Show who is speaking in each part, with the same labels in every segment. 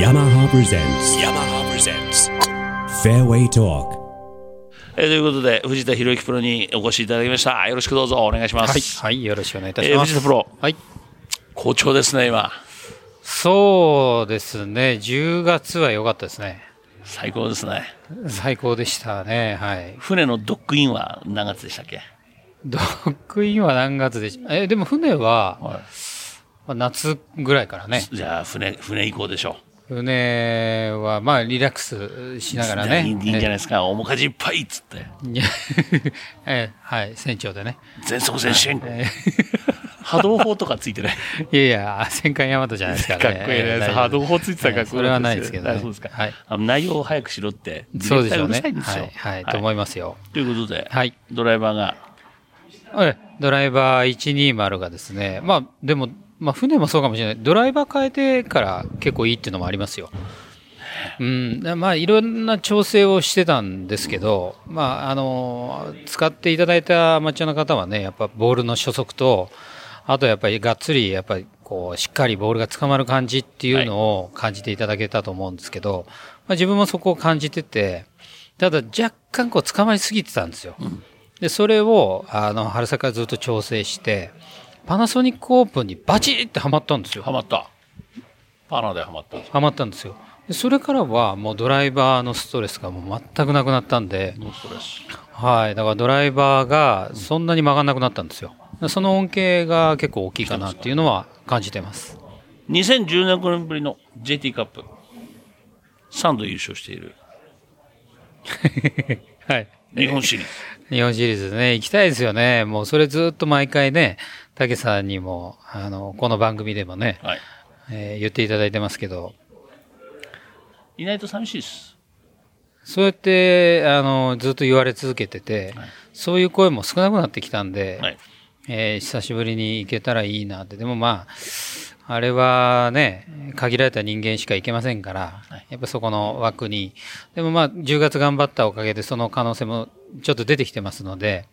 Speaker 1: yamaha presents yamaha presents fairway talk
Speaker 2: えーということで、藤田博之プロにお越しいただきました。よろしくどうぞお願いしま
Speaker 3: はい、
Speaker 2: す。
Speaker 3: はい、よろしくお願いいたし
Speaker 2: えー
Speaker 3: ます。
Speaker 2: 藤田プロ、
Speaker 3: はい、
Speaker 2: 好調ですね、今。
Speaker 3: そうですね、10月は良かったですね。
Speaker 2: 最高ですね。
Speaker 3: 最高でしたね、はい。
Speaker 2: 船のドックインは何月でしたっけ
Speaker 3: ドックインは何月でしえ、でも船は
Speaker 2: は
Speaker 3: まあ夏ぐらいからね、
Speaker 2: じゃあ、船、船以降でしょ
Speaker 3: 船はまあリラックスし
Speaker 2: う。
Speaker 3: ながら
Speaker 2: いやい
Speaker 3: ね。
Speaker 2: いいいんじゃないですか。面かじいっぱいっつって。
Speaker 3: いや えはい、船長でね。
Speaker 2: 全速前進。波動砲とかついてない。
Speaker 3: いやいや、戦艦ヤマトじゃないですからね。
Speaker 2: かっこいいね
Speaker 3: え大丈夫
Speaker 2: 波動砲ついてたらかっこよ
Speaker 3: えそれ
Speaker 2: か
Speaker 3: は
Speaker 2: った
Speaker 3: ない
Speaker 2: で
Speaker 3: ですす
Speaker 2: け
Speaker 3: け
Speaker 2: ど
Speaker 3: ど
Speaker 2: ね
Speaker 3: ね。はい。
Speaker 2: あの内容を早くしろって、
Speaker 3: そうでしょう
Speaker 2: デ
Speaker 3: ね。
Speaker 2: ィレクターがる
Speaker 3: は
Speaker 2: さいん
Speaker 3: い、
Speaker 2: ですよ
Speaker 3: はい、と思いますよ。
Speaker 2: ということで、
Speaker 3: はい
Speaker 2: ドライバーが、
Speaker 3: ええドライバー120がですね、まあでも、まあ、船もそうかもしれない、ドライバー変えてから結構いいっていうのもありますよ。うん、まあいろんな調整をしてたんですけど、まああの、使っていただいたアマチュアの方はね、やっぱボールの初速と、あとやっぱりがっつり、やっぱりこう、しっかりボールが捕まる感じっていうのを感じていただけたと思うんですけど、まあ自分もそこを感じてて、ただ若干こう捕まりすぎてたんですよ。で、それを、あの、春先からずっと調整して、パナソニックオープンにバチッってはまったんですよ
Speaker 2: ハ。マった。パナでハマったんですよ。
Speaker 3: ハマったんですよ。でそれからはもうドライバーのストレスがもう全くなくなったんで、
Speaker 2: ノーストレス。
Speaker 3: はい。だからドライバーがそんなに曲がんなくなったんですよ。その恩恵が結構大きいかなっていうのは感じてます。
Speaker 2: 2017年ぶりの JT カップ、3度優勝している
Speaker 3: はい。
Speaker 2: 日本シリーズ。
Speaker 3: 日本シリーズね、行きたいですよね。もうそれずっと毎回ね、たけさんにも、あの、この番組でもね、
Speaker 2: はい。
Speaker 3: えー言っていただいてますけど、
Speaker 2: いないと寂しいです。
Speaker 3: そうやって、あの、ずっと言われ続けてて、そういう声も少なくなってきたんで、
Speaker 2: はい。
Speaker 3: えー久しぶりに行けたらいいなって。でもまあ、あれはね、限られた人間しか行けませんから
Speaker 2: はい、
Speaker 3: やっぱそこの枠に。でもまあ、10月頑張ったおかげでその可能性もちょっと出てきてますので、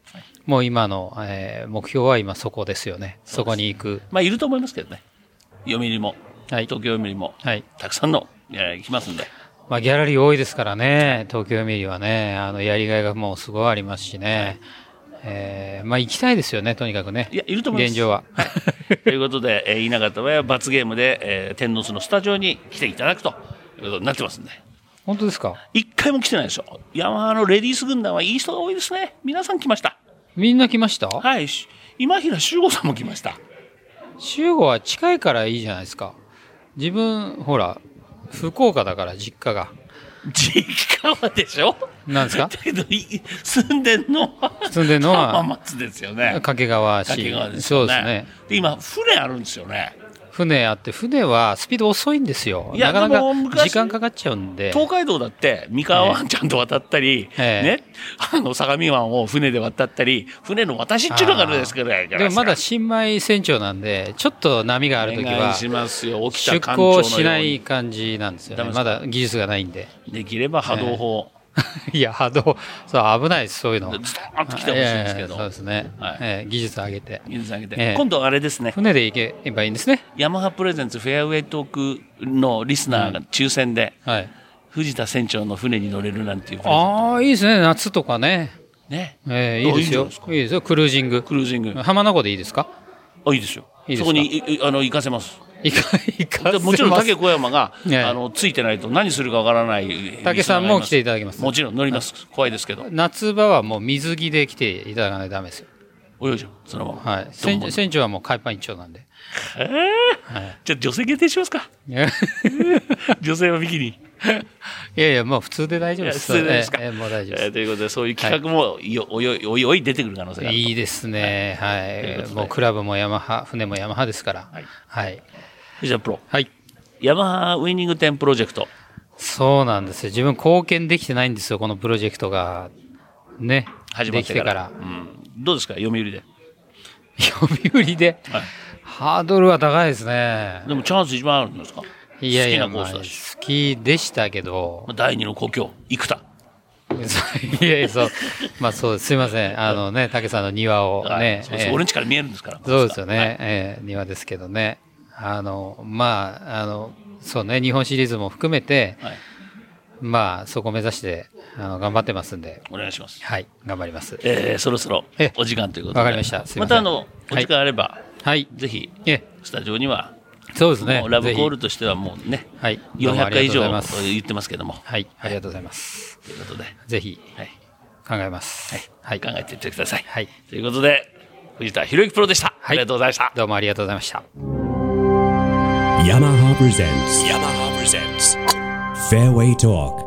Speaker 3: もう今の、えー目標は今そこですよね。そこに行く。
Speaker 2: まあ、いると思いますけどね。読売も、
Speaker 3: はい
Speaker 2: 東京読売も、
Speaker 3: はい。
Speaker 2: たくさんの、いや、来ますんで。
Speaker 3: まあ、ギャラリー多いですからね、東京ミリはね、あの、やりがいがもうすごいありますしね。えーまあ行きたいですよね、とにかくね。
Speaker 2: いや、いると思います。
Speaker 3: 現状は。
Speaker 2: ということで、えー、いなかった場合は罰ゲームで、えー天皇巣のスタジオに来ていただくということになってますんで。
Speaker 3: 本当ですか
Speaker 2: 一回も来てないでしょ。ヤマハのレディース軍団はいい人が多いですね。皆さん来ました。
Speaker 3: みんな来ました
Speaker 2: はい。し今平修吾さんも来ま した。
Speaker 3: 週5は近いからいいじゃないですか。自分、ほら、福岡だから実家が。
Speaker 2: 実家はでしょ
Speaker 3: なんで すか
Speaker 2: だけど、い住んでんのは、
Speaker 3: 住んでんのは
Speaker 2: 浜松ですよね。
Speaker 3: 掛川市。
Speaker 2: 掛川です
Speaker 3: そ
Speaker 2: よね。
Speaker 3: うですね。。
Speaker 2: で、今、船あるんですよね。
Speaker 3: 船あって、船はスピード遅いんですよ。
Speaker 2: いや
Speaker 3: なかな
Speaker 2: でも
Speaker 3: か
Speaker 2: 昔
Speaker 3: 時間かかっちゃうんで。
Speaker 2: 東海道だって、三河湾ちゃんと渡ったり、
Speaker 3: ええ
Speaker 2: ね、あの、相模湾を船で渡ったり、船の渡しっちゅうのがあるんですけど、
Speaker 3: でもまだ新米船長なんで、ちょっと波が
Speaker 2: お
Speaker 3: あるとき
Speaker 2: 願い
Speaker 3: は、
Speaker 2: しますよ。起き
Speaker 3: 出
Speaker 2: た艦長のよう
Speaker 3: 航
Speaker 2: に
Speaker 3: しない感じなんですよ
Speaker 2: ダ
Speaker 3: ね。
Speaker 2: メです
Speaker 3: まだ技術がないんで。
Speaker 2: できれば波動砲、
Speaker 3: いや、波動、そう、危ないです、そういうの。
Speaker 2: ズドーンと来てほしいんですけ
Speaker 3: ええ
Speaker 2: ど、
Speaker 3: そうですね。
Speaker 2: はい
Speaker 3: ええ技術上げて。
Speaker 2: 水あげて、
Speaker 3: ええ
Speaker 2: 今度あれですね、
Speaker 3: 船で行けばいいんですね。
Speaker 2: ヤマハプレゼンツフェアウェイトークのリスナーが抽選で、
Speaker 3: はい。
Speaker 2: 藤田船長の船に乗れるなんていうプレゼント
Speaker 3: ああ、いいですね。夏とかね。
Speaker 2: ね、
Speaker 3: えーい
Speaker 2: あい
Speaker 3: いです
Speaker 2: いんじゃない
Speaker 3: よ。
Speaker 2: です
Speaker 3: いいですよ。クルージング。
Speaker 2: クルージング、
Speaker 3: 浜名湖でいいですか
Speaker 2: あいいですよ、
Speaker 3: いいですか
Speaker 2: そこにいいあの行かせます、
Speaker 3: いか、いか
Speaker 2: で
Speaker 3: せ
Speaker 2: もちろん
Speaker 3: ます
Speaker 2: 竹小山が、
Speaker 3: ええ
Speaker 2: あのついてないと何するかわからない、
Speaker 3: 竹さんも来ていただきます
Speaker 2: もちろん乗ります、怖いですけど、
Speaker 3: 夏場はもう水着で来ていただかないとダメですよ。
Speaker 2: 泳いじゃう、そのまま、
Speaker 3: はい。
Speaker 2: どんどん
Speaker 3: 船船長はもう海パン一丁な んで。
Speaker 2: じゃあ、女性限定しますか、
Speaker 3: いやい
Speaker 2: 女性はビキニ。
Speaker 3: やいや、もう普通で大丈夫
Speaker 2: いや
Speaker 3: です。
Speaker 2: 失礼ですか、
Speaker 3: ええええもう大丈夫
Speaker 2: えー
Speaker 3: で
Speaker 2: ということで、そういう企画も、いよおいおいおいおい出てくる可能性があ
Speaker 3: す。
Speaker 2: ると
Speaker 3: いいですね。はい
Speaker 2: ということ。で
Speaker 3: もうクラブもヤマハ、船もヤマハですから
Speaker 2: はい。
Speaker 3: はい。
Speaker 2: 藤田プロ、
Speaker 3: はい。
Speaker 2: ヤマハウィニングテンプロジェクト、
Speaker 3: そうなんですよ。自分貢献できてないんですよ。このプロジェクトが。ね。
Speaker 2: 始まって
Speaker 3: で
Speaker 2: か
Speaker 3: き
Speaker 2: ら、
Speaker 3: てから。
Speaker 2: うん、どうですか、読売で、
Speaker 3: 読売で、
Speaker 2: はい
Speaker 3: ハードルは高いですね。
Speaker 2: でもチャンス一番あるんですか、
Speaker 3: いやいや、
Speaker 2: 好きなコース
Speaker 3: まあ
Speaker 2: だ
Speaker 3: 好
Speaker 2: し、
Speaker 3: きでしたけど
Speaker 2: ま、あ第二の故郷、生田、
Speaker 3: そう いやいや、そう、まあそうです、すいません。あのね、竹さんの庭を
Speaker 2: はい
Speaker 3: ね、
Speaker 2: そうです
Speaker 3: ええ
Speaker 2: 俺んちから見えるんですから、
Speaker 3: そうですよ
Speaker 2: はい
Speaker 3: ね、ええ庭ですけどね。あの、まあ、あの、そうね、日本シリーズも含めて、
Speaker 2: はい、
Speaker 3: まあ、そこを目指して、あの、頑張ってますんで、
Speaker 2: お願いします。
Speaker 3: はい、頑張ります。
Speaker 2: えー、そろそろ
Speaker 3: え
Speaker 2: お時間ということで。
Speaker 3: わかりましたすいません
Speaker 2: たあの、お時間あれば、
Speaker 3: はい、
Speaker 2: ぜひ、
Speaker 3: え、
Speaker 2: スタジオには、
Speaker 3: そうですね
Speaker 2: もう。ラブコール
Speaker 3: ぜ
Speaker 2: としてはもうね、
Speaker 3: ひ。はい、どうもあ
Speaker 2: 400
Speaker 3: り
Speaker 2: 回以
Speaker 3: がとうござい
Speaker 2: 上
Speaker 3: ます
Speaker 2: 言ってますけども、
Speaker 3: はい、ありがとうございます。
Speaker 2: ということで、は
Speaker 3: ぜひ、
Speaker 2: い、
Speaker 3: 考えます。
Speaker 2: はい、考えていってください。
Speaker 3: はい。
Speaker 2: ということで、藤田博之プロでした。ありがとうございました。
Speaker 3: どうもありがとうございました。
Speaker 1: yamaha presents yamaha presents fairway talk